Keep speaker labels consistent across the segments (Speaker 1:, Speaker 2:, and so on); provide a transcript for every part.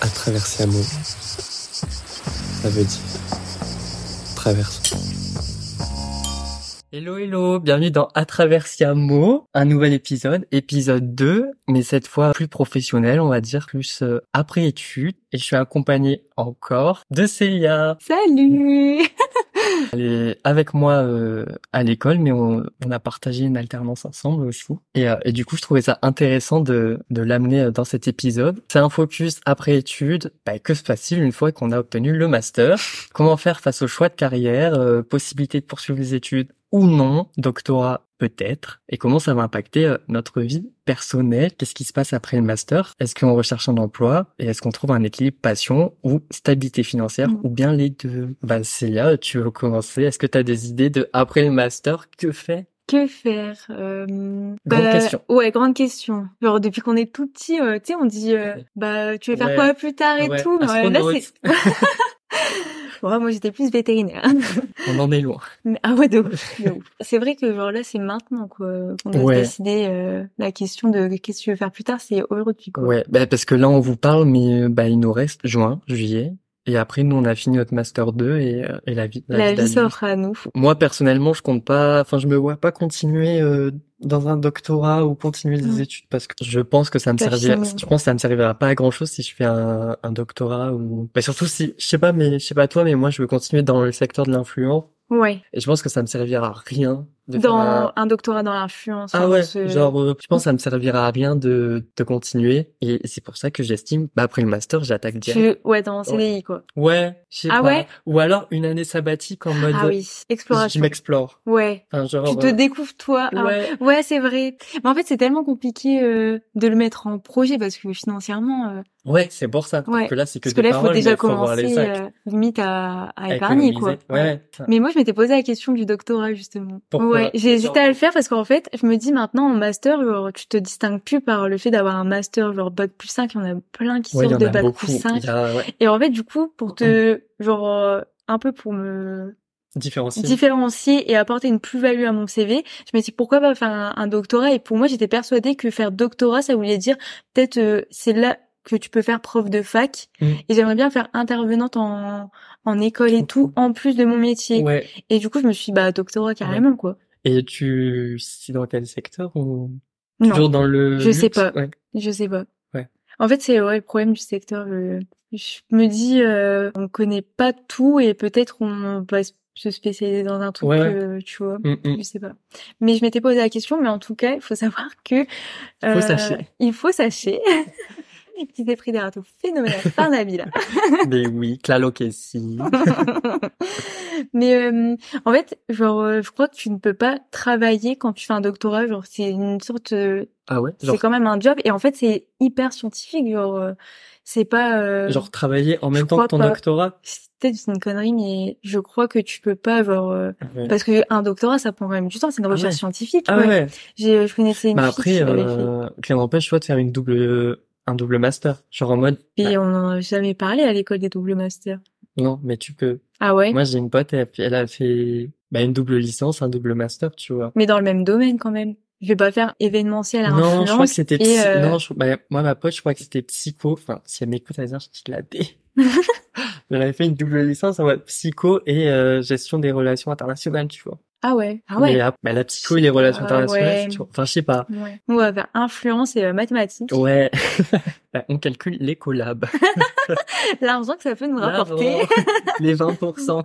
Speaker 1: à traverser un mot, ça veut dire traverse.
Speaker 2: Hello, hello, bienvenue dans À traverser un mot, un nouvel épisode, épisode 2, mais cette fois plus professionnel, on va dire, plus euh, après études, et je suis accompagné encore de Célia.
Speaker 3: Salut
Speaker 2: Elle est avec moi euh, à l'école, mais on, on a partagé une alternance ensemble aussi. Et, euh, et du coup, je trouvais ça intéressant de, de l'amener euh, dans cet épisode. C'est un focus après études. Bah, que se passe-t-il une fois qu'on a obtenu le master Comment faire face au choix de carrière euh, Possibilité de poursuivre les études ou non Doctorat peut-être Et comment ça va impacter euh, notre vie personnelle Qu'est-ce qui se passe après le master Est-ce qu'on recherche un emploi Et est-ce qu'on trouve un équilibre passion ou stabilité financière
Speaker 3: Mm.
Speaker 2: ou bien les deux Bah Célia, tu veux commencer Est-ce que tu as des idées de après le master Que fait
Speaker 3: Que faire euh,
Speaker 2: Grande question.
Speaker 3: Ouais, grande question. Genre depuis qu'on est tout petit, euh, tu sais, on dit euh,
Speaker 2: Ouais.
Speaker 3: bah tu veux faire
Speaker 2: Ouais.
Speaker 3: quoi plus tard et
Speaker 2: Ouais,
Speaker 3: tout. mais, euh, là,
Speaker 2: astronaute.
Speaker 3: c'est- Ouais, moi j'étais plus vétérinaire.
Speaker 2: On en est loin.
Speaker 3: Mais- ah ouais, de ouf, de ouf. C'est vrai que genre là c'est maintenant quoi qu'on doit
Speaker 2: Ouais.
Speaker 3: se décider euh, la question de qu'est-ce que tu veux faire plus tard, c'est aujourd'hui quoi.
Speaker 2: Ouais, bah parce que là on vous parle, mais euh, bah il nous reste juin, juillet, et après nous on a fini notre master 2 et, euh, et la vie.
Speaker 3: La vie
Speaker 2: d'adulte.
Speaker 3: s'offre à nous.
Speaker 2: Moi personnellement, je compte pas, enfin je me vois pas continuer euh, dans un doctorat ou continuer des
Speaker 3: Mm.
Speaker 2: études parce que je pense que ça me
Speaker 3: T'as
Speaker 2: servira,
Speaker 3: fini.
Speaker 2: je pense que ça me servira pas à grand chose si je fais un, un doctorat ou, bah surtout si, je sais pas, mais je sais pas toi, mais moi je veux continuer dans le secteur de l'influence
Speaker 3: Ouais.
Speaker 2: et je pense que ça me servira à rien de faire
Speaker 3: Dans
Speaker 2: un-
Speaker 3: un doctorat dans l'influence.
Speaker 2: ah
Speaker 3: enfin,
Speaker 2: ouais,
Speaker 3: ce-
Speaker 2: genre euh, je pense que ça me servira à rien de, de continuer et c'est pour ça que j'estime bah après le master j'attaque direct.
Speaker 3: tu ouais dans un CDI quoi.
Speaker 2: Ouais, je sais
Speaker 3: Ah
Speaker 2: pas.
Speaker 3: ouais
Speaker 2: Ou alors une année sabbatique en mode
Speaker 3: Ah oui,
Speaker 2: je
Speaker 3: exploration.
Speaker 2: m'explore.
Speaker 3: Ouais.
Speaker 2: Enfin genre
Speaker 3: Tu te
Speaker 2: euh,
Speaker 3: découvres toi. Ah
Speaker 2: ouais.
Speaker 3: Ouais, c'est vrai. Mais en fait, c'est tellement compliqué euh, de le mettre en projet parce que financièrement, euh,
Speaker 2: Ouais, c'est pour ça. Parce
Speaker 3: Ouais.
Speaker 2: que là, c'est que
Speaker 3: parce
Speaker 2: des
Speaker 3: que là, il
Speaker 2: paroles,
Speaker 3: faut
Speaker 2: mais
Speaker 3: déjà
Speaker 2: faut voir les
Speaker 3: commencer
Speaker 2: sacs.
Speaker 3: euh, limite à, à
Speaker 2: à
Speaker 3: épargner quoi.
Speaker 2: économiser. Ouais.
Speaker 3: Mais moi, je m'étais posé la question du doctorat justement.
Speaker 2: Pourquoi
Speaker 3: ouais, j'ai hésité
Speaker 2: Genre-
Speaker 3: à le faire parce qu'en fait, je me dis maintenant en master, genre, tu te distingues plus par le fait d'avoir un master genre bac plus 5, il y en a plein qui
Speaker 2: Ouais, il y
Speaker 3: sortent
Speaker 2: en
Speaker 3: de
Speaker 2: a
Speaker 3: bac
Speaker 2: beaucoup.
Speaker 3: plus 5.
Speaker 2: Il y a, ouais,
Speaker 3: Et en fait, du coup, pour te genre euh, un peu pour me
Speaker 2: différencier.
Speaker 3: différencier et apporter une plus-value à mon CV, je me suis dit pourquoi pas faire un, un doctorat et pour moi j'étais persuadée que faire doctorat ça voulait dire peut-être euh, c'est là que tu peux faire prof de fac
Speaker 2: Mm.
Speaker 3: et j'aimerais bien faire intervenante en, en école et tout en plus de mon métier
Speaker 2: Mmh. Ouais.
Speaker 3: et du coup je me suis dit, bah doctorat carrément quoi.
Speaker 2: Et tu, c'est dans quel secteur ou?
Speaker 3: Non,
Speaker 2: Toujours dans le.
Speaker 3: Je sais
Speaker 2: luxe
Speaker 3: pas.
Speaker 2: Ouais.
Speaker 3: je sais pas.
Speaker 2: Ouais.
Speaker 3: En fait c'est ouais, le problème du secteur euh, je me dis euh, on connaît pas tout et peut-être on va s- se spécialiser dans un truc
Speaker 2: Ouais, ouais.
Speaker 3: euh, tu vois.
Speaker 2: Mm, mm.
Speaker 3: Je sais pas. Mais je m'étais posé la question, mais en tout cas, il faut savoir que euh,
Speaker 2: sachez.
Speaker 3: Il faut sachez qu'il s'est pris des râteaux phénoménales par Nabila.
Speaker 2: Mais oui, claloquessi.
Speaker 3: mais euh, en fait, genre, euh, je crois que tu ne peux pas travailler quand tu fais un doctorat. Genre, c'est une sorte, euh,
Speaker 2: Ah ouais?
Speaker 3: c'est
Speaker 2: Genre,
Speaker 3: quand même un job. Et en fait, c'est hyper scientifique. Genre, euh, c'est pas. euh,
Speaker 2: genre travailler en même
Speaker 3: je
Speaker 2: temps que
Speaker 3: crois
Speaker 2: ton
Speaker 3: pas.
Speaker 2: doctorat?
Speaker 3: c'est peut-être une connerie, mais je crois que tu peux pas genre euh,
Speaker 2: Ouais.
Speaker 3: parce que un doctorat ça prend quand même du temps, c'est une
Speaker 2: ouais.
Speaker 3: recherche scientifique.
Speaker 2: Ah
Speaker 3: ouais.
Speaker 2: ouais.
Speaker 3: J'ai, je connaissais une
Speaker 2: Bah
Speaker 3: fille qui
Speaker 2: après,
Speaker 3: l'avait fait.
Speaker 2: euh, rien n'empêche, toi, de faire une double, un double master. Genre en mode,
Speaker 3: Puis
Speaker 2: bah,
Speaker 3: on n'en a jamais parlé à l'école des doubles masters.
Speaker 2: non, mais tu peux.
Speaker 3: Ah ouais?
Speaker 2: Moi, j'ai une pote, elle, a fait- elle a fait, bah, une double licence, un double master, tu vois.
Speaker 3: Mais dans le même domaine quand même. Je vais pas faire événementiel à
Speaker 2: Non, je crois que
Speaker 3: influence.
Speaker 2: c'était
Speaker 3: et,
Speaker 2: psy-
Speaker 3: euh,
Speaker 2: non, je- bah, moi ma pote, je crois que c'était psycho. Enfin, si elle m'écoute, elle va dire je dis la D. Elle avait fait une double licence en mode psycho et euh, gestion des relations internationales, tu vois.
Speaker 3: Ah ouais. Ah ouais.
Speaker 2: Mais ah, bah, la psycho et les relations
Speaker 3: Ah
Speaker 2: internationales,
Speaker 3: ouais.
Speaker 2: tu vois. Enfin, je sais pas.
Speaker 3: Ouais. On va faire influence et euh, mathématiques.
Speaker 2: Ouais. Bah, on calcule les collabs.
Speaker 3: L'argent que ça peut nous rapporter.
Speaker 2: L'argent. les 20%.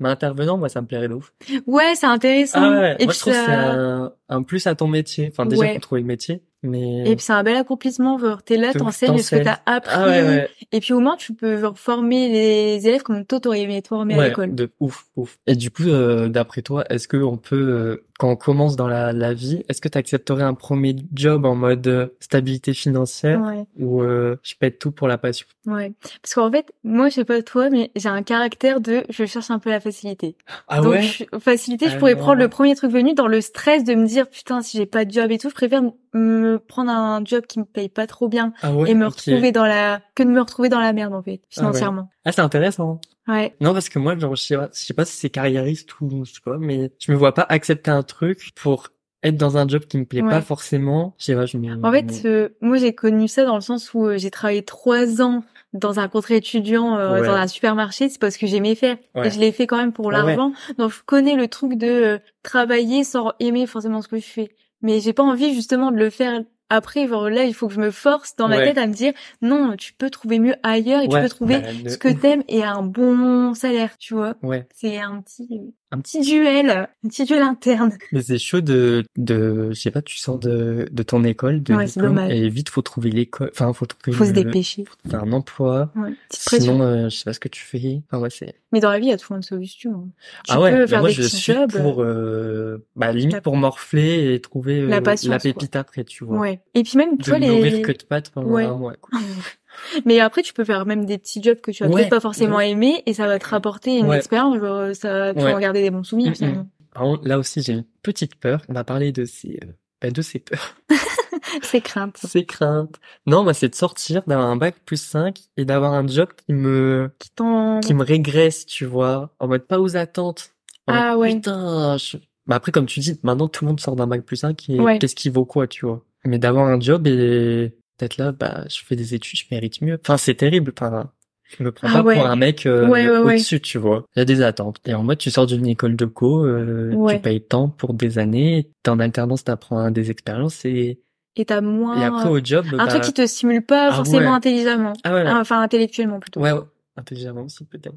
Speaker 2: Mais intervenant, moi, ça me plairait de ouf.
Speaker 3: Ouais, c'est intéressant.
Speaker 2: Ah ouais,
Speaker 3: et
Speaker 2: moi
Speaker 3: puis
Speaker 2: je trouve que c'est
Speaker 3: ça-
Speaker 2: un, un plus à ton métier. Enfin, déjà,
Speaker 3: Ouais.
Speaker 2: pour trouver le métier, mais...
Speaker 3: Et puis c'est un bel accomplissement, genre t'es là,
Speaker 2: Donc,
Speaker 3: t'enseignes ce que
Speaker 2: t'enseignes.
Speaker 3: t'as appris.
Speaker 2: ah ouais, ouais.
Speaker 3: Et puis au moins tu peux genre former les élèves comme toi t'aurais aimé te former à
Speaker 2: Ouais,
Speaker 3: l'école.
Speaker 2: de ouf, ouf. Et du coup, euh, d'après toi, est-ce que on peut, euh, quand on commence dans la, la vie, est-ce que tu accepterais un premier job en mode euh, stabilité financière
Speaker 3: Ouais.
Speaker 2: ou euh, je pète tout pour la passion?
Speaker 3: Ouais. Parce qu'en fait, moi je sais pas toi, mais j'ai un caractère de je cherche un peu la facilité.
Speaker 2: Ah
Speaker 3: Donc,
Speaker 2: ouais?
Speaker 3: je- facilité, je
Speaker 2: Ah
Speaker 3: pourrais
Speaker 2: ouais.
Speaker 3: prendre le premier truc venu dans le stress de me dire, putain, si j'ai pas de job et tout, je préfère m- me prendre un job qui me paye pas trop bien
Speaker 2: Ah ouais,
Speaker 3: et me
Speaker 2: ok.
Speaker 3: retrouver dans la, que de me retrouver dans la merde, en fait,
Speaker 2: Ah ouais.
Speaker 3: financièrement.
Speaker 2: Ah, c'est intéressant.
Speaker 3: ouais.
Speaker 2: Non, parce que moi, genre, je sais pas, je sais pas si c'est carriériste ou je sais pas, mais je me vois pas accepter un truc pour être dans un job qui me plaît
Speaker 3: Ouais.
Speaker 2: pas forcément. Je sais pas, je me...
Speaker 3: En fait, euh, moi j'ai connu ça dans le sens où euh, j'ai travaillé trois ans dans un contrat étudiant euh,
Speaker 2: Ouais.
Speaker 3: dans un supermarché, c'est parce que j'aimais faire.
Speaker 2: Ouais.
Speaker 3: Et je l'ai fait quand même pour
Speaker 2: Ah ouais.
Speaker 3: l'argent. Donc je connais le truc de euh, travailler sans aimer forcément ce que je fais. Mais j'ai pas envie justement de le faire après. Genre là, il faut que je me force dans ma
Speaker 2: Ouais.
Speaker 3: tête à me dire non, tu peux trouver mieux ailleurs et tu
Speaker 2: Ouais,
Speaker 3: peux trouver
Speaker 2: bah, le-
Speaker 3: ce que t'aimes et un bon salaire, tu vois.
Speaker 2: Ouais.
Speaker 3: C'est un petit,
Speaker 2: Un
Speaker 3: un petit duel, un petit duel interne.
Speaker 2: Mais c'est chaud de, de, je sais pas, tu sors de, de ton école, de
Speaker 3: Ouais, c'est
Speaker 2: diplôme,
Speaker 3: dommage.
Speaker 2: et vite faut trouver l'école, enfin faut trouver
Speaker 3: Faut se
Speaker 2: le-
Speaker 3: dépêcher.
Speaker 2: faut un emploi.
Speaker 3: Ouais, petite pression.
Speaker 2: Sinon, euh, je sais pas ce que tu fais. Enfin ouais, c'est.
Speaker 3: Mais dans la vie, il y a toujours une solution. Tu
Speaker 2: ah ouais.
Speaker 3: peux
Speaker 2: mais
Speaker 3: faire
Speaker 2: moi
Speaker 3: des
Speaker 2: je
Speaker 3: petits
Speaker 2: suis
Speaker 3: jobs.
Speaker 2: pour, euh, bah limite
Speaker 3: La-
Speaker 2: pour morfler et trouver
Speaker 3: La
Speaker 2: euh,
Speaker 3: patience,
Speaker 2: la pépite après, tu vois.
Speaker 3: Ouais. Et puis même,
Speaker 2: De
Speaker 3: tu vois,
Speaker 2: nourrir
Speaker 3: les...
Speaker 2: que de pâtes pendant
Speaker 3: Ouais.
Speaker 2: un mois. quoi.
Speaker 3: Mais après, tu peux faire même des petits jobs que tu vas
Speaker 2: Ouais,
Speaker 3: peut-être pas forcément
Speaker 2: de
Speaker 3: aimer et ça va te rapporter une
Speaker 2: Ouais.
Speaker 3: expérience. genre, euh, ça, tu
Speaker 2: Ouais.
Speaker 3: vas en garder des bons souvenirs,
Speaker 2: Mhm.
Speaker 3: finalement.
Speaker 2: Par contre, là aussi j'ai une petite peur. On va parler de ces, euh, bah, de ces peurs,
Speaker 3: C'est crainte.
Speaker 2: ces craintes. Non, moi c'est de sortir, d'avoir un bac plus 5 et d'avoir un job qui me,
Speaker 3: Qui t'en...
Speaker 2: qui me régresse, tu vois, en mode pas aux attentes. En mode,
Speaker 3: Ah ouais.
Speaker 2: Putain, je- bah après, comme tu dis, maintenant tout le monde sort d'un bac plus 1 et
Speaker 3: Ouais.
Speaker 2: qu'est-ce qui vaut quoi, tu vois. Mais d'avoir un job et d'être là, bah, je fais des études, je mérite mieux. Enfin, c'est terrible, enfin, je me prends
Speaker 3: Ah
Speaker 2: pas
Speaker 3: ouais.
Speaker 2: pour un mec euh,
Speaker 3: Ouais, ouais, ouais.
Speaker 2: au-dessus, tu vois. Il y a des attentes. Et en mode, tu sors d'une école de co, euh,
Speaker 3: Ouais.
Speaker 2: tu payes tant pour des années, t'es en alternance, t'apprends des expériences et,
Speaker 3: Et t'as moins...
Speaker 2: et après au job,
Speaker 3: Ah. Un
Speaker 2: bah,
Speaker 3: truc qui te stimule pas
Speaker 2: Ah
Speaker 3: forcément
Speaker 2: ouais.
Speaker 3: intelligemment.
Speaker 2: ah ouais,
Speaker 3: Enfin, intellectuellement, plutôt.
Speaker 2: Ouais, ouais. intelligemment aussi peut-être.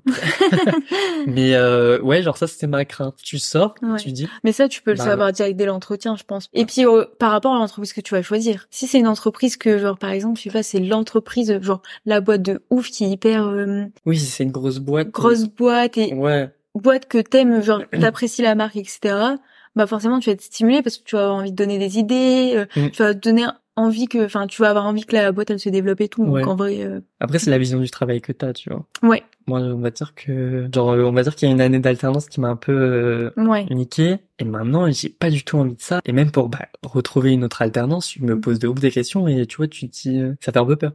Speaker 2: Mais euh, ouais, genre ça c'était ma crainte. Tu sors,
Speaker 3: Ouais.
Speaker 2: tu dis
Speaker 3: Mais ça, tu peux le
Speaker 2: Bah,
Speaker 3: savoir direct dès l'entretien, je pense. Et puis, euh, par rapport à l'entreprise que tu vas choisir. Si c'est une entreprise que, genre, par exemple, je sais pas, c'est l'entreprise, euh, genre, la boîte de ouf qui est hyper euh,
Speaker 2: oui, c'est une grosse boîte.
Speaker 3: grosse boîte et
Speaker 2: Ouais,
Speaker 3: boîte que t'aimes, genre, t'apprécies la marque, etc., bah, forcément, tu vas être stimulé parce que tu vas avoir envie de donner des idées, euh,
Speaker 2: Mm.
Speaker 3: tu vas donner envie que, enfin, tu vas avoir envie que la boîte, elle se développe et tout.
Speaker 2: Ouais.
Speaker 3: Donc, en vrai, euh,
Speaker 2: Après c'est la vision du travail que t'as, tu vois.
Speaker 3: ouais,
Speaker 2: Moi, on va dire que genre euh, on va dire qu'il y a une année d'alternance qui m'a un peu euh,
Speaker 3: ouais.
Speaker 2: niqué et maintenant j'ai pas du tout envie de ça et même pour bah, retrouver une autre alternance, je me pose de ouf des questions et tu vois, tu te dis euh, ça fait un peu peur.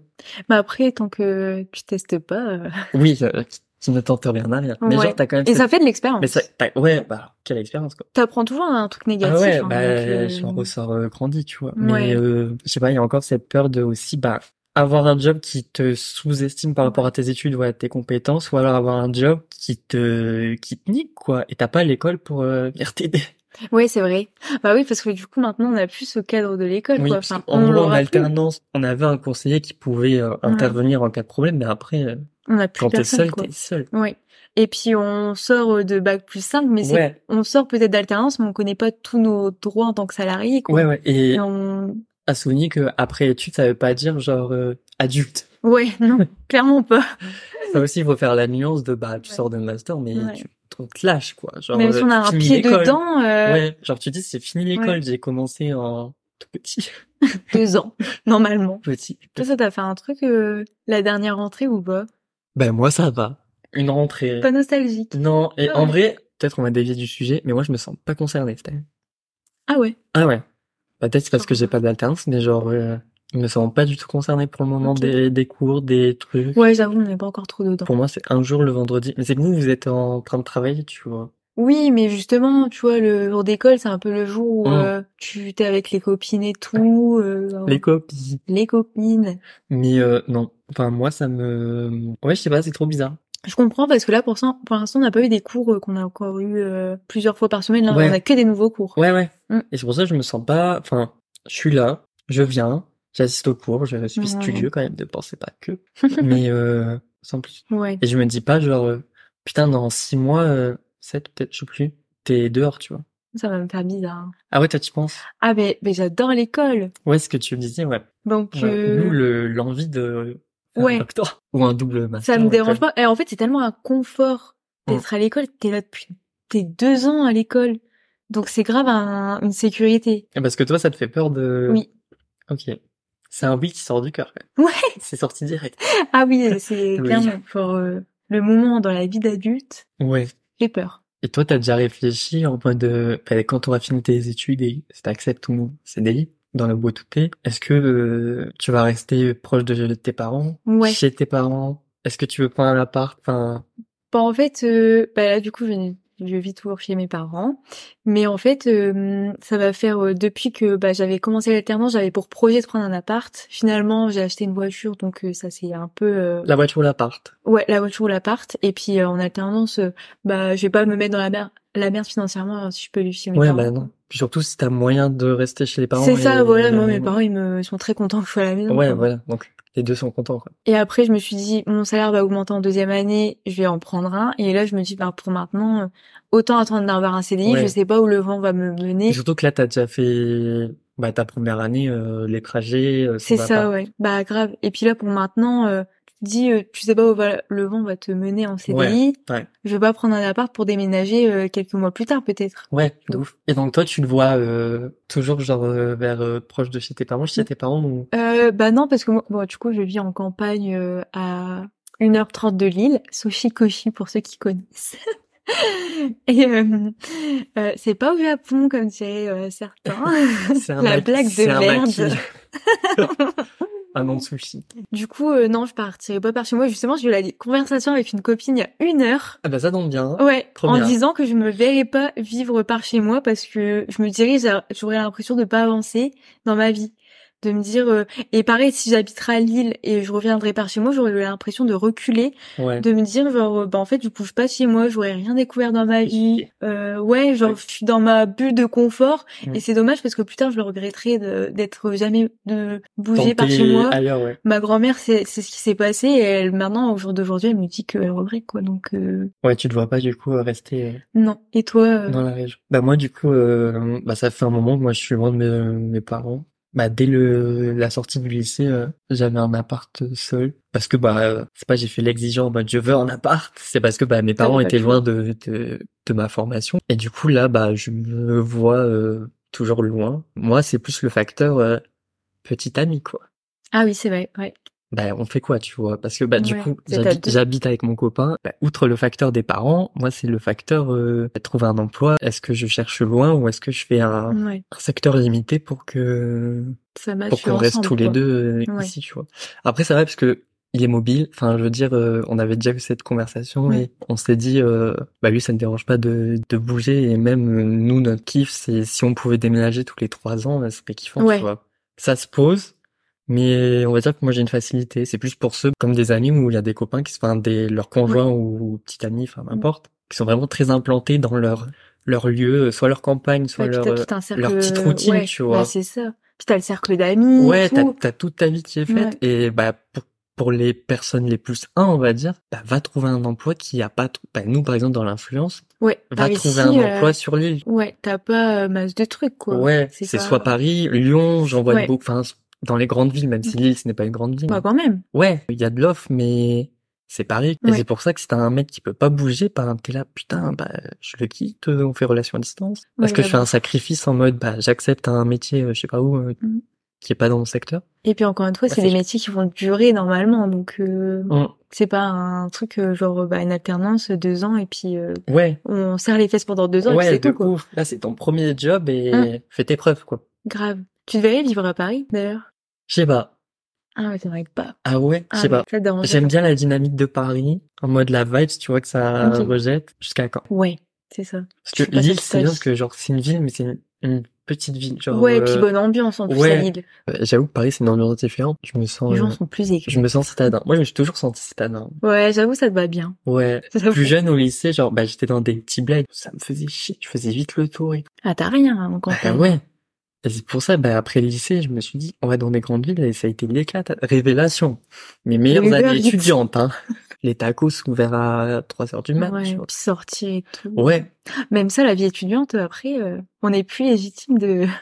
Speaker 3: Mais après, tant que tu testes pas, euh,
Speaker 2: Oui, euh, qui- qui ne tente rien à rien. Mais
Speaker 3: Ouais.
Speaker 2: genre t'as quand même
Speaker 3: et
Speaker 2: cette-
Speaker 3: ça fait de l'expérience.
Speaker 2: mais ça t'as- ouais, bah quelle expérience quoi.
Speaker 3: T'apprends toujours un truc négatif.
Speaker 2: Ah ouais,
Speaker 3: hein,
Speaker 2: bah,
Speaker 3: donc, euh,
Speaker 2: je m'en ressors euh, grandi, tu vois.
Speaker 3: Ouais.
Speaker 2: Mais euh, je sais pas, il y a encore cette peur de aussi, bah, avoir un job qui te sous-estime par rapport à tes études ou à tes compétences, ou alors avoir un job qui te qui te nique, quoi. Et t'as pas l'école pour euh, venir t'aider.
Speaker 3: Ouais, c'est vrai. Bah oui, parce que du coup, maintenant, on n'a plus ce cadre de l'école,
Speaker 2: Oui,
Speaker 3: quoi.
Speaker 2: parce
Speaker 3: Enfin,
Speaker 2: qu'en gros, en
Speaker 3: l'aura plus.
Speaker 2: alternance, on avait un conseiller qui pouvait euh, intervenir en cas de problème, mais après, euh,
Speaker 3: On n'a plus
Speaker 2: quand t'es
Speaker 3: personne,
Speaker 2: seul,
Speaker 3: quoi.
Speaker 2: t'es seul.
Speaker 3: Ouais. Et puis, on sort euh, de bac plus 5, mais c'est,
Speaker 2: Ouais,
Speaker 3: on sort peut-être d'alternance, mais on connaît pas tous nos droits en tant que salarié, quoi.
Speaker 2: ouais, ouais. Et
Speaker 3: Et on-
Speaker 2: à souligner que après études, ça veut pas dire genre euh, adulte.
Speaker 3: Ouais, non, clairement pas.
Speaker 2: Ça aussi, il faut faire la nuance de bah, tu
Speaker 3: Ouais.
Speaker 2: sors d'un master, mais
Speaker 3: Ouais.
Speaker 2: tu on te lâche, quoi. Genre,
Speaker 3: Même si
Speaker 2: euh,
Speaker 3: on a un
Speaker 2: fini
Speaker 3: pied
Speaker 2: l'école.
Speaker 3: dedans, euh,
Speaker 2: Ouais, genre tu dis, c'est fini l'école, j'ai commencé en tout petit,
Speaker 3: deux ans, normalement.
Speaker 2: petit.
Speaker 3: Toi, ça t'a fait un truc, euh, la dernière rentrée ou pas?
Speaker 2: Ben moi, ça va. Une rentrée.
Speaker 3: Pas nostalgique.
Speaker 2: Non, et
Speaker 3: Ah
Speaker 2: en
Speaker 3: ouais.
Speaker 2: vrai, peut-être on va dévier du sujet, mais moi, je me sens pas concerné cette année.
Speaker 3: Ah ouais.
Speaker 2: Ah ouais. Bah, peut-être c'est parce que j'ai pas d'alternance, mais genre, euh, je me sens pas du tout concerné pour le moment
Speaker 3: Ok.
Speaker 2: des, des cours, des trucs.
Speaker 3: Ouais, j'avoue, on n'est pas encore trop dedans.
Speaker 2: Pour moi, c'est un jour le vendredi. Mais c'est que vous, vous êtes en train de travailler, tu vois.
Speaker 3: Oui, mais justement, tu vois, le jour d'école, c'est un peu le jour où
Speaker 2: Mm.
Speaker 3: euh, tu t'es avec les copines et tout, euh,
Speaker 2: Les copies.
Speaker 3: les copines.
Speaker 2: Mais euh, non, enfin moi ça me... Ouais, je sais pas, c'est trop bizarre.
Speaker 3: Je comprends parce que là, pour, ça- pour l'instant, on n'a pas eu des cours euh, qu'on a encore eu euh, plusieurs fois par semaine. Là,
Speaker 2: Ouais.
Speaker 3: on a que des nouveaux cours.
Speaker 2: Ouais, ouais.
Speaker 3: Mm.
Speaker 2: Et c'est pour ça que je me sens pas... Enfin, je suis là, je viens, j'assiste au cours, je suis
Speaker 3: Ouais.
Speaker 2: studieux quand même, ne pensez pas que. Mais euh, sans plus.
Speaker 3: Ouais.
Speaker 2: Et je me dis pas genre, euh, putain, dans six mois, euh, sept peut-être, je sais plus, t'es dehors, tu vois.
Speaker 3: Ça va me faire bizarre.
Speaker 2: Ah ouais, toi tu penses?
Speaker 3: Ah, mais, mais j'adore l'école.
Speaker 2: Ouais, ce que tu me disais, ouais.
Speaker 3: Donc,
Speaker 2: Ouais.
Speaker 3: euh,
Speaker 2: Nous, le, l'envie de... faire
Speaker 3: Ouais.
Speaker 2: un doctorat Ou un double master.
Speaker 3: ça me
Speaker 2: ouais,
Speaker 3: dérange
Speaker 2: comme-
Speaker 3: pas. Et en fait, c'est tellement un confort d'être à l'école. T'es là depuis t'es deux ans à l'école. Donc, c'est grave un- une sécurité.
Speaker 2: Et Parce que toi, ça te fait peur de...
Speaker 3: Oui.
Speaker 2: Ok. C'est un oui qui sort du cœur. quand même.
Speaker 3: Ouais.
Speaker 2: C'est sorti direct.
Speaker 3: Ah oui, c'est
Speaker 2: Oui.
Speaker 3: clairement pour euh, le moment dans la vie d'adulte.
Speaker 2: Ouais.
Speaker 3: J'ai peur.
Speaker 2: Et toi, t'as déjà réfléchi en mode, de, ben, quand t'auras fini tes études et si t'acceptes ou non CDI dans le bois tout est-ce que euh, tu vas rester proche de tes parents,
Speaker 3: Ouais.
Speaker 2: chez tes parents? Est-ce que tu veux prendre un appart? Enfin,
Speaker 3: Bon, en fait, euh, bah là, du coup, je n'ai je vis toujours chez mes parents. Mais en fait, euh, ça va faire euh, depuis que bah, j'avais commencé l'alternance, j'avais pour projet de prendre un appart. Finalement, j'ai acheté une voiture, donc euh, ça c'est un peu...
Speaker 2: La voiture ou l'appart
Speaker 3: Ouais, la voiture ou l'appart. Et puis euh, en alternance, bah je vais pas me mettre dans la mer la merde financièrement hein, si je peux vivre chez mes
Speaker 2: Ouais,
Speaker 3: parents.
Speaker 2: bah non. euh, Puis surtout, si t'as moyen de rester chez les parents.
Speaker 3: C'est
Speaker 2: et-
Speaker 3: ça, voilà. Moi,
Speaker 2: et-
Speaker 3: mes parents, ils me ils sont très contents que je sois à la maison.
Speaker 2: Ouais,
Speaker 3: quoi.
Speaker 2: voilà. Donc, les deux sont contents, quoi.
Speaker 3: Et après, je me suis dit, mon salaire va augmenter en deuxième année, je vais en prendre un. Et là, je me dis, bah, pour maintenant, euh, autant attendre d'avoir un CDI,
Speaker 2: Ouais.
Speaker 3: je sais pas où le vent va me
Speaker 2: Et
Speaker 3: mener.
Speaker 2: surtout que là, t'as déjà fait, bah, ta première année, euh, les trajets, euh,
Speaker 3: C'est
Speaker 2: va
Speaker 3: ça,
Speaker 2: pas.
Speaker 3: ouais. Bah, grave. Et puis là, pour maintenant, euh, tu te dis, euh, tu sais pas où va- le vent va te mener en CDI.
Speaker 2: ouais.
Speaker 3: Je vais pas prendre un appart pour déménager euh, quelques mois plus tard, peut-être.
Speaker 2: Ouais, de ouf. Et donc, toi, tu le vois, euh, toujours, genre, euh, vers, euh, proche de chez tes parents,
Speaker 3: Mm.
Speaker 2: chez tes parents, ou...
Speaker 3: Euh, bah non, parce que moi, bon, du coup, je vis en campagne euh, à 1h30 de Lille, Sochi Kochi pour ceux qui connaissent. Et euh, euh, c'est pas au Japon comme diraient euh, certains.
Speaker 2: C'est un
Speaker 3: La
Speaker 2: maqui-
Speaker 3: blague de
Speaker 2: c'est un
Speaker 3: merde.
Speaker 2: maquis. Ah non, sushi.
Speaker 3: du coup, euh, non, je partirai pas par chez moi. Justement, j'ai eu la conversation avec une copine il y a une heure.
Speaker 2: Ah bah, ça tombe bien.
Speaker 3: Ouais,
Speaker 2: Trop
Speaker 3: en
Speaker 2: bien.
Speaker 3: disant que je me verrais pas vivre par chez moi parce que je me dirais j'a- j'aurais l'impression de pas avancer dans ma vie, de me dire euh, et pareil si j'habiterais à Lille et je reviendrai par chez moi, j'aurais l'impression de reculer,
Speaker 2: Ouais.
Speaker 3: de me dire genre euh, bah en fait je bouge pas chez moi, j'aurais rien découvert dans ma vie. Euh, ouais, genre
Speaker 2: Ouais.
Speaker 3: je suis dans ma bulle de confort
Speaker 2: Mm.
Speaker 3: et c'est dommage parce que plus tard je le regretterais de- d'être jamais de bouger
Speaker 2: Tenter
Speaker 3: par chez moi.
Speaker 2: ailleurs, ouais.
Speaker 3: Ma grand-mère c'est c'est ce qui s'est passé et elle maintenant au jour d'aujourd'hui, elle me dit qu'elle regrette quoi donc euh,
Speaker 2: Ouais, tu te vois pas, du coup, rester, euh,
Speaker 3: non. Et toi euh,
Speaker 2: Dans la région. Bah moi du coup, euh, bah ça fait un moment que moi je suis loin de mes, mes parents. Bah dès le la sortie du lycée, euh, j'avais un appart seul parce que bah euh, c'est pas j'ai fait l'exigeant, bah je veux un appart. C'est parce que bah mes parents
Speaker 3: T'avais pas
Speaker 2: étaient
Speaker 3: le
Speaker 2: loin de, de de ma formation et du coup là bah je me vois euh, toujours loin. Moi c'est plus le facteur euh, petit ami quoi.
Speaker 3: Ah oui, c'est vrai, ouais.
Speaker 2: Bah, on fait quoi, tu vois? Parce que bah du
Speaker 3: Ouais,
Speaker 2: coup,
Speaker 3: c'est à
Speaker 2: j'habite,
Speaker 3: deux.
Speaker 2: j'habite avec mon copain. Bah, outre le facteur des parents, moi c'est le facteur euh, trouver un emploi. Est-ce que je cherche loin ou est-ce que je fais un,
Speaker 3: Ouais,
Speaker 2: un secteur limité pour que
Speaker 3: ça match
Speaker 2: pour qu'on reste
Speaker 3: ensemble,
Speaker 2: tous les
Speaker 3: quoi.
Speaker 2: deux euh,
Speaker 3: Ouais.
Speaker 2: ici, tu vois. Après, c'est vrai parce que il est mobile. Enfin, je veux dire, euh, on avait déjà eu cette conversation
Speaker 3: Ouais.
Speaker 2: et on s'est dit, euh, bah lui, ça ne dérange pas de, de bouger et même euh, nous, notre kiff, c'est si on pouvait déménager tous les trois ans, euh, ça serait kiffant,
Speaker 3: Ouais.
Speaker 2: tu vois. Ça se pose, mais on va dire que moi j'ai une facilité. C'est plus pour ceux comme des amis où il y a des copains qui se, enfin, des leurs conjoints ou, ou petits amis, enfin, n'importe, qui sont vraiment très implantés dans leur leur lieu, euh, soit leur campagne, soit
Speaker 3: Ouais, puis
Speaker 2: leur
Speaker 3: t'as
Speaker 2: euh,
Speaker 3: tout un cercle...
Speaker 2: leur petite routine,
Speaker 3: ouais,
Speaker 2: tu vois.
Speaker 3: bah, c'est ça. Puis t'as le cercle d'amis,
Speaker 2: Ouais, t'as,
Speaker 3: tout.
Speaker 2: t'as toute ta vie qui est faite et bah pour, pour les personnes les plus un, on va dire, bah va trouver un emploi qui a pas, tr- bah, nous par exemple dans l'influence,
Speaker 3: Ouais,
Speaker 2: va
Speaker 3: par
Speaker 2: trouver
Speaker 3: ici,
Speaker 2: un
Speaker 3: euh,
Speaker 2: emploi sur l'île.
Speaker 3: Ouais, t'as pas euh, masse de trucs, quoi.
Speaker 2: Ouais,
Speaker 3: c'est
Speaker 2: c'est,
Speaker 3: pas-
Speaker 2: soit Paris, Lyon, j'en vois
Speaker 3: Ouais. Mmh.
Speaker 2: beaucoup, enfin dans les grandes villes, même si Lille ce n'est pas une grande ville.
Speaker 3: Bah, quand même.
Speaker 2: Ouais, il y a de l'offre, mais c'est Paris. Et
Speaker 3: Ouais.
Speaker 2: c'est pour ça que si t'as un mec qui peut pas bouger, bah t'es là, putain, bah je le quitte, euh, on fait relation à distance. Parce
Speaker 3: Ouais,
Speaker 2: que je fais
Speaker 3: grave.
Speaker 2: un sacrifice en mode, bah j'accepte un métier, euh, je sais pas où, euh,
Speaker 3: Mhm.
Speaker 2: qui est pas dans mon secteur.
Speaker 3: Et puis, encore une fois,
Speaker 2: Ouais,
Speaker 3: c'est
Speaker 2: Bah, c'est
Speaker 3: des métiers qui vont durer, normalement, donc... euh,
Speaker 2: Mm.
Speaker 3: C'est pas un truc, euh, genre, bah, une alternance, deux ans, et puis euh,
Speaker 2: Ouais.
Speaker 3: on serre les fesses pendant deux ans, et puis c'est
Speaker 2: de
Speaker 3: tout, quoi.
Speaker 2: ouf. Là, c'est ton premier job et
Speaker 3: Hein.
Speaker 2: fais tes preuves, quoi.
Speaker 3: Grave. Tu devrais vivre à Paris, d'ailleurs.
Speaker 2: Je sais pas.
Speaker 3: Ah, mais t'aimerais pas.
Speaker 2: Ah ouais, je
Speaker 3: Ah,
Speaker 2: sais pas.
Speaker 3: Ça te dérange
Speaker 2: J'aime bien la dynamique de Paris, en mode la vibe, tu vois, que ça
Speaker 3: Ok.
Speaker 2: rejette. Jusqu'à quand?
Speaker 3: Ouais, c'est ça.
Speaker 2: Parce que
Speaker 3: Je sais pas, ça
Speaker 2: Lille,
Speaker 3: se
Speaker 2: c'est bien
Speaker 3: passe.
Speaker 2: que genre, c'est une ville, mais c'est une, une petite ville. Genre,
Speaker 3: Ouais,
Speaker 2: euh,
Speaker 3: puis bonne ambiance en plus
Speaker 2: ouais.
Speaker 3: à Lille.
Speaker 2: euh, j'avoue que Paris, c'est une ambiance différente. Je me sens,
Speaker 3: Les gens
Speaker 2: euh,
Speaker 3: sont plus aiguës.
Speaker 2: je me sens citadin. Moi, je me suis toujours senti citadin.
Speaker 3: Ouais, j'avoue, ça te va bien.
Speaker 2: Ouais.
Speaker 3: J'avoue.
Speaker 2: Plus jeune au lycée, genre, bah, j'étais dans des petits blagues. Ça me faisait chier. Je faisais vite le tour et
Speaker 3: Ah, t'as rien hein, en
Speaker 2: Bah
Speaker 3: campagne.
Speaker 2: ouais. Et c'est pour ça, bah, après le lycée, je me suis dit, on va dans des grandes villes et ça a été l'éclat, révélation. Mes meilleures
Speaker 3: Uber
Speaker 2: années
Speaker 3: Eats.
Speaker 2: étudiantes, hein. Les tacos ouverts à 3 heures du mat.
Speaker 3: Ouais,
Speaker 2: tu vois.
Speaker 3: puis sortir et tout.
Speaker 2: Ouais.
Speaker 3: Même ça, la vie étudiante, après, euh, on n'est plus légitime de...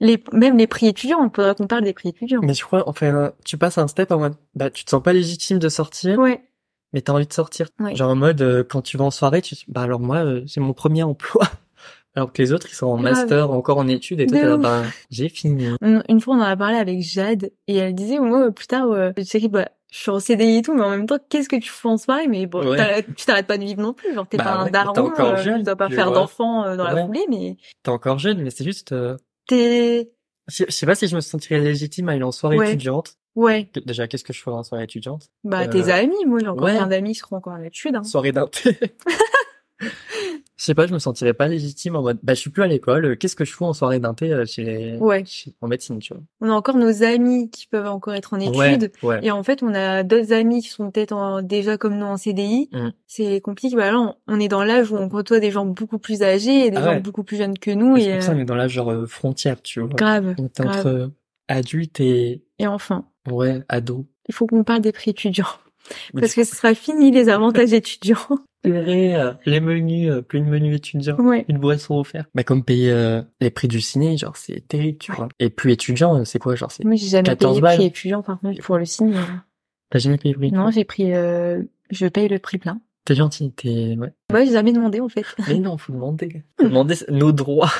Speaker 3: Les... Même les prix étudiants, il faudra qu'on parle des prix étudiants.
Speaker 2: Mais je crois, enfin, tu passes un step en mode, bah, tu te sens pas légitime de sortir,
Speaker 3: Ouais,
Speaker 2: mais t'as envie de sortir.
Speaker 3: Ouais.
Speaker 2: Genre en mode, euh, quand tu vas en soirée, tu te dis, bah, alors moi, euh, c'est mon premier emploi. Alors que les autres, ils sont en
Speaker 3: Grave.
Speaker 2: master, encore en études et
Speaker 3: Ah De
Speaker 2: toi, t'es là,
Speaker 3: ouf.
Speaker 2: bah, j'ai fini.
Speaker 3: On- Une fois, on en a parlé avec Jade et elle disait, moi, plus tard, euh, je sais que bah, je suis en CDI et tout, mais en même temps, qu'est-ce que tu fais en soirée Mais bon,
Speaker 2: Ouais.
Speaker 3: t'arrêtes- tu t'arrêtes pas de vivre non plus. Genre, t'es
Speaker 2: Bah
Speaker 3: pas
Speaker 2: ouais,
Speaker 3: un
Speaker 2: t'es
Speaker 3: daron,
Speaker 2: encore
Speaker 3: euh,
Speaker 2: jeune,
Speaker 3: tu dois pas
Speaker 2: tu
Speaker 3: faire
Speaker 2: vois.
Speaker 3: d'enfants euh, dans
Speaker 2: Ouais.
Speaker 3: la foulée, mais
Speaker 2: T'es encore jeune, mais c'est juste, euh,
Speaker 3: t'es...
Speaker 2: je je sais pas si je me sentirais légitime à aller en soirée
Speaker 3: Ouais.
Speaker 2: étudiante.
Speaker 3: Ouais,
Speaker 2: Que- Déjà, qu'est-ce que je ferais en soirée étudiante
Speaker 3: bah
Speaker 2: Euh,
Speaker 3: tes amis, moi j'ai encore
Speaker 2: ouais.
Speaker 3: plein d'amis qui seront encore là-dessus. Hein.
Speaker 2: Soirée d'un thé. Hein je sais pas, je me sentirais pas légitime en mode, bah, je suis plus à l'école, euh, qu'est-ce que je fous en soirée d'inté euh, chez...
Speaker 3: Ouais.
Speaker 2: chez- en médecine, tu vois.
Speaker 3: On a encore nos amis qui peuvent encore être en études.
Speaker 2: Ouais, ouais.
Speaker 3: Et en fait, on a d'autres amis qui sont peut-être en- déjà comme nous en CDI.
Speaker 2: Mm.
Speaker 3: C'est compliqué. Bah là, on, on est dans l'âge où on côtoie des gens beaucoup plus âgés et des
Speaker 2: Ah
Speaker 3: gens
Speaker 2: ouais.
Speaker 3: beaucoup plus jeunes que nous.
Speaker 2: C'est
Speaker 3: Et,
Speaker 2: pour ça,
Speaker 3: euh,
Speaker 2: on est dans la genre euh, frontière, tu vois.
Speaker 3: grave.
Speaker 2: On est
Speaker 3: grave.
Speaker 2: entre euh, adulte et,
Speaker 3: Et enfin,
Speaker 2: ouais, ado.
Speaker 3: il faut qu'on parle des prix étudiants.
Speaker 2: Mais
Speaker 3: Parce
Speaker 2: du
Speaker 3: que ce sera fini les avantages étudiants.
Speaker 2: coup, les, euh, les menus, euh, plus de menus étudiants.
Speaker 3: Ouais.
Speaker 2: Une boisson offerte. Bah, comme payer euh, les prix du ciné, genre, c'est terrible, tu
Speaker 3: Ouais. Mm.
Speaker 2: vois. Et plus étudiant, euh, c'est quoi, genre, c'est,
Speaker 3: Moi, j'ai jamais
Speaker 2: 14
Speaker 3: payé
Speaker 2: balles.
Speaker 3: prix étudiant, par contre, pour le signe.
Speaker 2: t'as jamais payé le prix.
Speaker 3: Non, j'ai pris, euh, je paye le prix plein.
Speaker 2: T'es gentil, t'es, ouais.
Speaker 3: Moi, j'ai jamais demandé, en fait.
Speaker 2: Mais non, faut demander. Faut demander nos droits,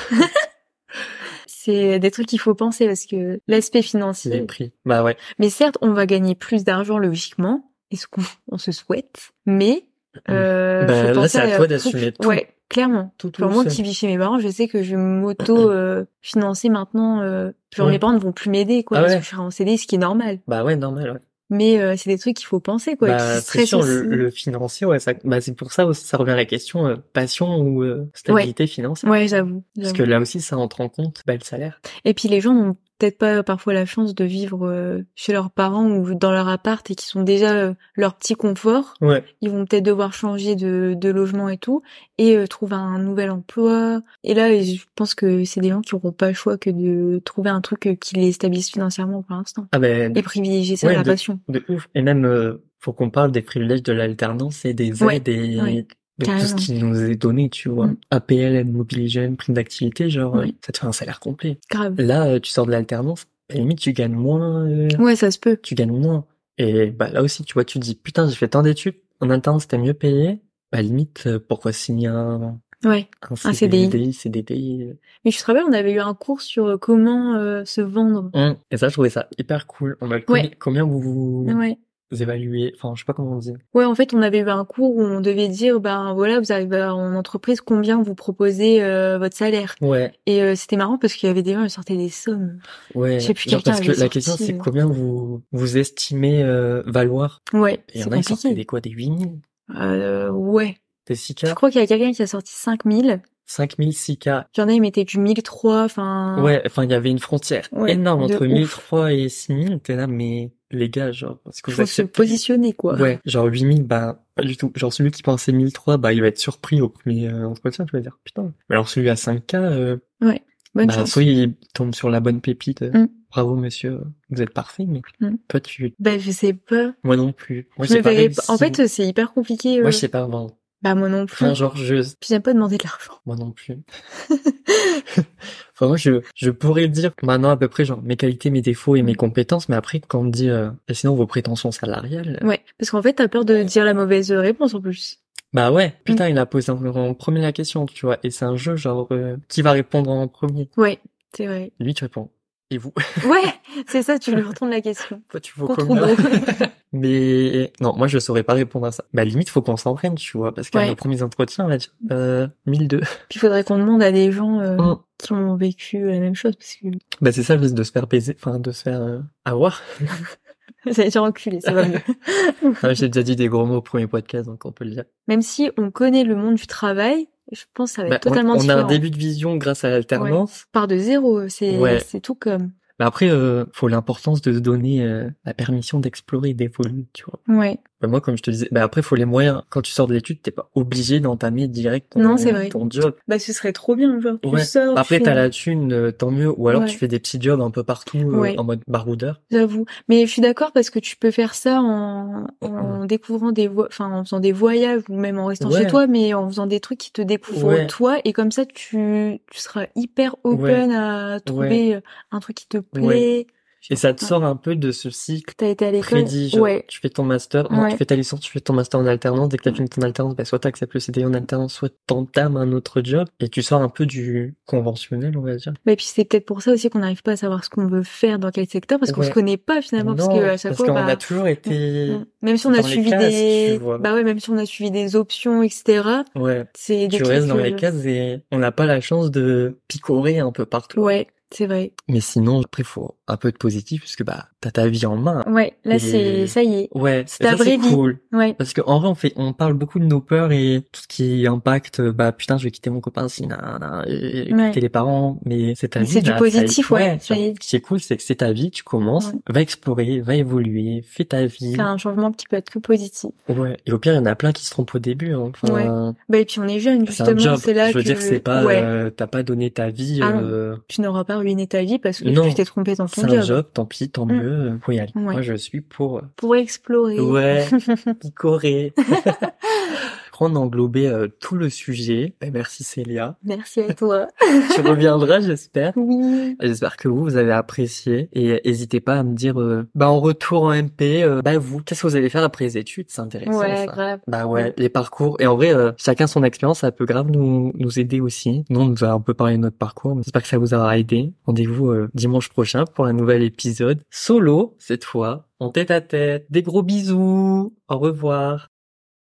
Speaker 3: C'est des trucs qu'il faut penser parce que l'aspect
Speaker 2: les
Speaker 3: financier.
Speaker 2: prix. Bah ouais.
Speaker 3: Mais certes, on va gagner plus d'argent logiquement, et ce qu'on on se souhaite, mais euh,
Speaker 2: Bah,
Speaker 3: faut
Speaker 2: là,
Speaker 3: penser
Speaker 2: c'est à toi
Speaker 3: la-
Speaker 2: d'assumer tout.
Speaker 3: Ouais, clairement.
Speaker 2: Tout, tout
Speaker 3: Pour moi
Speaker 2: seul.
Speaker 3: qui vis chez mes parents, je sais que je vais m'auto euh, financer maintenant. euh, genre
Speaker 2: Ouais.
Speaker 3: mes parents ne vont plus m'aider quoi,
Speaker 2: Ah
Speaker 3: parce
Speaker 2: ouais.
Speaker 3: que je serai en CDI, ce qui est normal.
Speaker 2: Bah ouais, normal, ouais.
Speaker 3: Mais euh, c'est des trucs qu'il faut penser quoi. et qui
Speaker 2: Bah, c'est
Speaker 3: stressent
Speaker 2: sûr, le,
Speaker 3: aussi.
Speaker 2: le financier, ouais, ça, bah, c'est pour ça aussi, ça revient à la question euh, passion ou euh, stabilité financière.
Speaker 3: Ouais, j'avoue.
Speaker 2: Parce
Speaker 3: j'avoue.
Speaker 2: que là aussi, ça rentre en compte, bah, le salaire.
Speaker 3: Et puis les gens n'ont peut-être pas euh, parfois la chance de vivre euh, chez leurs parents ou dans leur appart et qui sont déjà euh, leur petit confort.
Speaker 2: Ouais.
Speaker 3: Ils vont peut-être devoir changer de, de logement et tout et euh, trouver un nouvel emploi. Et là, je pense que c'est des gens qui n'auront pas le choix que de trouver un truc euh, qui les stabilise financièrement pour l'instant.
Speaker 2: Ah ben,
Speaker 3: Et privilégier ça à
Speaker 2: Ouais,
Speaker 3: la
Speaker 2: de-
Speaker 3: passion.
Speaker 2: de ouf. Et même, euh, faut qu'on parle des privilèges de l'alternance et des aides
Speaker 3: Ouais,
Speaker 2: et
Speaker 3: ouais,
Speaker 2: de tout
Speaker 3: carrément.
Speaker 2: ce qui nous est donné, tu vois.
Speaker 3: Mm.
Speaker 2: APL, aide mobile jeune, prime d'activité, genre, euh,
Speaker 3: Ouais.
Speaker 2: ça te fait un salaire complet.
Speaker 3: Grave.
Speaker 2: Là, euh, tu sors de l'alternance, à la limite, tu gagnes moins, euh,
Speaker 3: Ouais, ça se peut.
Speaker 2: tu gagnes moins. Et bah, là aussi, tu vois, tu te dis, putain, j'ai fait tant d'études, en alternance, c'était mieux payé. Bah, limite, euh, pourquoi signer un,
Speaker 3: Ouais. Un
Speaker 2: un
Speaker 3: CDI.
Speaker 2: CDI, CDD.
Speaker 3: Mais je te rappelle, on avait eu un cours sur euh, comment euh, se vendre.
Speaker 2: Hein. Et ça, je trouvais ça hyper cool. On va combien,
Speaker 3: Ouais.
Speaker 2: combien vous vous
Speaker 3: Ouais.
Speaker 2: évaluez Enfin, je sais pas comment on dit.
Speaker 3: Ouais, en fait, on avait eu un cours où on devait dire, ben voilà, vous arrivez à- en entreprise, combien vous proposez euh, votre salaire.
Speaker 2: Ouais,
Speaker 3: Et euh, c'était marrant parce qu'il y avait des gens, ils sortaient des sommes.
Speaker 2: ouais.
Speaker 3: Je sais plus,
Speaker 2: Genre,
Speaker 3: quelqu'un
Speaker 2: parce que
Speaker 3: avait
Speaker 2: la question,
Speaker 3: sorti,
Speaker 2: c'est
Speaker 3: euh,
Speaker 2: combien vous vous estimez euh, valoir
Speaker 3: Ouais,
Speaker 2: Et il y
Speaker 3: c'est
Speaker 2: en a, ils sortaient
Speaker 3: compliqué.
Speaker 2: des quoi Des 8000
Speaker 3: Euh, ouais.
Speaker 2: Des
Speaker 3: Je
Speaker 2: 6K
Speaker 3: crois qu'il y a quelqu'un qui a sorti 5000.
Speaker 2: 5000, 6K.
Speaker 3: Il y en a, ils mettaient du 1003, enfin...
Speaker 2: Ouais, enfin, il y avait une frontière
Speaker 3: Ah. Ouais,
Speaker 2: énorme
Speaker 3: de
Speaker 2: entre
Speaker 3: ouf.
Speaker 2: 1003 et 6000. T'es là, mais les gars, genre, parce que vous
Speaker 3: Faut se
Speaker 2: acceptez-
Speaker 3: positionner, quoi.
Speaker 2: Ouais, genre 8000, bah, pas du tout. Genre celui qui pensait 1003, bah, il va être surpris au premier euh, entretien, tu vas dire, putain. Mais alors celui à 5K, euh,
Speaker 3: Bonne
Speaker 2: bah,
Speaker 3: chance.
Speaker 2: soit il tombe sur la bonne pépite. euh,
Speaker 3: Mm.
Speaker 2: Bravo, monsieur, vous êtes parfait, mais
Speaker 3: Mm.
Speaker 2: toi, tu...
Speaker 3: Bah, je sais pas.
Speaker 2: Moi non plus. Moi,
Speaker 3: je
Speaker 2: j'ai
Speaker 3: me
Speaker 2: pas
Speaker 3: verrais
Speaker 2: réussi.
Speaker 3: pas- En fait, euh, c'est hyper compliqué.
Speaker 2: Moi,
Speaker 3: euh.
Speaker 2: je sais pas vendre.
Speaker 3: Bah, moi non plus.
Speaker 2: Enfin, genre, je...
Speaker 3: Puis j'aime pas demander de l'argent.
Speaker 2: Moi non plus. enfin, moi, je, je pourrais dire maintenant à peu près, genre, mes qualités, mes défauts
Speaker 3: Mm.
Speaker 2: et mes compétences, mais après, quand on me dit, euh, et sinon, vos prétentions salariales,
Speaker 3: Ouais. Parce qu'en fait, t'as peur de dire la mauvaise réponse, en plus.
Speaker 2: Bah ouais, putain,
Speaker 3: Mm.
Speaker 2: il a posé en, en premier la question, tu vois, et c'est un jeu genre euh, qui va répondre en premier.
Speaker 3: Ouais, c'est vrai.
Speaker 2: Lui, tu réponds. Et vous,
Speaker 3: Ouais, c'est ça, tu lui retournes la question.
Speaker 2: toi, tu vaux
Speaker 3: Contre
Speaker 2: combien
Speaker 3: vous.
Speaker 2: Mais non, moi, je saurais pas répondre à ça. Bah limite, faut qu'on s'entraîne, tu vois, parce qu'à
Speaker 3: Ouais.
Speaker 2: nos premiers entretiens, on va dire euh, 1002.
Speaker 3: Puis il faudrait qu'on demande à des gens euh,
Speaker 2: Mm.
Speaker 3: qui ont vécu la même chose, parce que
Speaker 2: Bah c'est ça le risque de se faire baiser, enfin de se faire euh, avoir.
Speaker 3: ça déjà enculé, ça va mieux.
Speaker 2: Ah, J'ai déjà dit des gros mots au premier podcast, donc on peut le dire.
Speaker 3: Même si on connaît le monde du travail, je pense que ça va être
Speaker 2: Bah, on,
Speaker 3: totalement
Speaker 2: on a
Speaker 3: différent.
Speaker 2: un début de vision grâce à l'alternance.
Speaker 3: Part de zéro, euh, c'est
Speaker 2: Ouais.
Speaker 3: c'est tout comme.
Speaker 2: Mais après, euh, faut l'importance de se donner euh, la permission d'explorer, d'évoluer, tu vois.
Speaker 3: Ouais,
Speaker 2: Bah, moi, comme je te disais, bah après, faut les moyens. Quand tu sors de l'étude, t'es pas obligé d'entamer direct ton,
Speaker 3: Non, c'est vrai.
Speaker 2: ton job.
Speaker 3: bah ce serait trop bien, genre
Speaker 2: Ouais.
Speaker 3: tu sors. tu
Speaker 2: Après,
Speaker 3: fais-
Speaker 2: t'as la thune, euh, tant mieux. Ou alors,
Speaker 3: Ouais.
Speaker 2: tu fais des petits jobs un peu partout, euh,
Speaker 3: Ouais.
Speaker 2: en mode baroudeur.
Speaker 3: J'avoue, mais je suis d'accord parce que tu peux faire ça en, en découvrant des voies, enfin en faisant des voyages ou même en restant
Speaker 2: Mm. Ouais.
Speaker 3: chez toi, mais en faisant des trucs qui te découvrent
Speaker 2: Ouais.
Speaker 3: toi et comme ça tu tu seras hyper open à trouver euh, un truc qui te plaît.
Speaker 2: Et ça te
Speaker 3: Ouais.
Speaker 2: sort un peu de ce cycle
Speaker 3: T'as été à l'école.
Speaker 2: prédit. genre,
Speaker 3: Ouais,
Speaker 2: Tu fais ton master, non,
Speaker 3: Ouais.
Speaker 2: tu fais ta licence, tu fais ton master en alternance. Dès que t'as fini ton alternance, bah, soit t'acceptes le CDI en alternance, soit t'entames un autre job. Et tu sors un peu du conventionnel, on va dire.
Speaker 3: mais Bah, puis c'est peut-être pour ça aussi qu'on n'arrive pas à savoir ce qu'on veut faire dans quel secteur parce qu'on
Speaker 2: Ouais.
Speaker 3: se connaît pas finalement parce
Speaker 2: Non,
Speaker 3: que à chaque
Speaker 2: parce
Speaker 3: fois
Speaker 2: qu'on
Speaker 3: bah,
Speaker 2: a toujours été...
Speaker 3: mm. même si on a
Speaker 2: dans les
Speaker 3: suivi
Speaker 2: cases,
Speaker 3: des
Speaker 2: tu vois.
Speaker 3: bah ouais même si on a suivi des options etc
Speaker 2: Ouais.
Speaker 3: c'est des
Speaker 2: tu
Speaker 3: trucs
Speaker 2: restes dans
Speaker 3: que-
Speaker 2: les cases et on n'a pas la chance de picorer un peu partout.
Speaker 3: ouais C'est vrai.
Speaker 2: Mais sinon, après, faut un peu de positif puisque bah t'as ta vie en main.
Speaker 3: Ouais, là c'est ça y est.
Speaker 2: Ouais,
Speaker 3: C'est ta
Speaker 2: et ça,
Speaker 3: vraie vie.
Speaker 2: cool.
Speaker 3: Ouais.
Speaker 2: Parce qu'en vrai, on fait, on parle beaucoup de nos peurs et tout ce qui impacte. Bah putain, je vais quitter mon copain, si nanana, et quitter
Speaker 3: Ouais.
Speaker 2: les parents. Mais c'est ta
Speaker 3: Mais
Speaker 2: vie.
Speaker 3: c'est du
Speaker 2: là,
Speaker 3: positif,
Speaker 2: ça y est.
Speaker 3: ouais, ça y est.
Speaker 2: Ce qui est cool, c'est que c'est ta vie. Tu commences,
Speaker 3: Ouais.
Speaker 2: va explorer, va évoluer, fais ta vie.
Speaker 3: C'est un changement qui peut être que positif.
Speaker 2: Ouais. Et au pire, il y en a plein qui se trompent au début. hein. Enfin,
Speaker 3: Ouais. Bah, et puis on est jeune,
Speaker 2: C'est un
Speaker 3: justement,
Speaker 2: job.
Speaker 3: c'est là
Speaker 2: je veux
Speaker 3: que
Speaker 2: dire, c'est pas,
Speaker 3: ouais,
Speaker 2: euh, t'as pas donné ta vie.
Speaker 3: Ah non.
Speaker 2: euh,
Speaker 3: tu n'auras pas ruiné ta vie parce que
Speaker 2: Non.
Speaker 3: tu t'es trompé dans
Speaker 2: c'est
Speaker 3: ton
Speaker 2: un
Speaker 3: job.
Speaker 2: job. Tant pis, tant
Speaker 3: Mm.
Speaker 2: mieux. Faut y aller.
Speaker 3: Ouais.
Speaker 2: Moi, je suis pour. euh,
Speaker 3: Pour explorer.
Speaker 2: Ouais, picorer. Prendre englober euh, tout le sujet. Ben, merci Célia.
Speaker 3: Merci à toi.
Speaker 2: Tu reviendras, j'espère.
Speaker 3: Oui.
Speaker 2: J'espère que vous, vous avez apprécié. Et n'hésitez pas à me dire, euh, bah, en retour en MP, euh, bah, vous, qu'est-ce que vous allez faire après les études? C'est intéressant,
Speaker 3: Ouais,
Speaker 2: ça.
Speaker 3: grave.
Speaker 2: Bah ouais, les parcours. Et en vrai, euh, chacun son expérience, ça peut grave nous, nous aider aussi. Nous, on nous a un peu parlé de notre parcours. mais J'espère que ça vous aura aidé. Rendez-vous euh, dimanche prochain pour un nouvel épisode. Solo, cette fois, en tête à tête. Des gros bisous. Au revoir.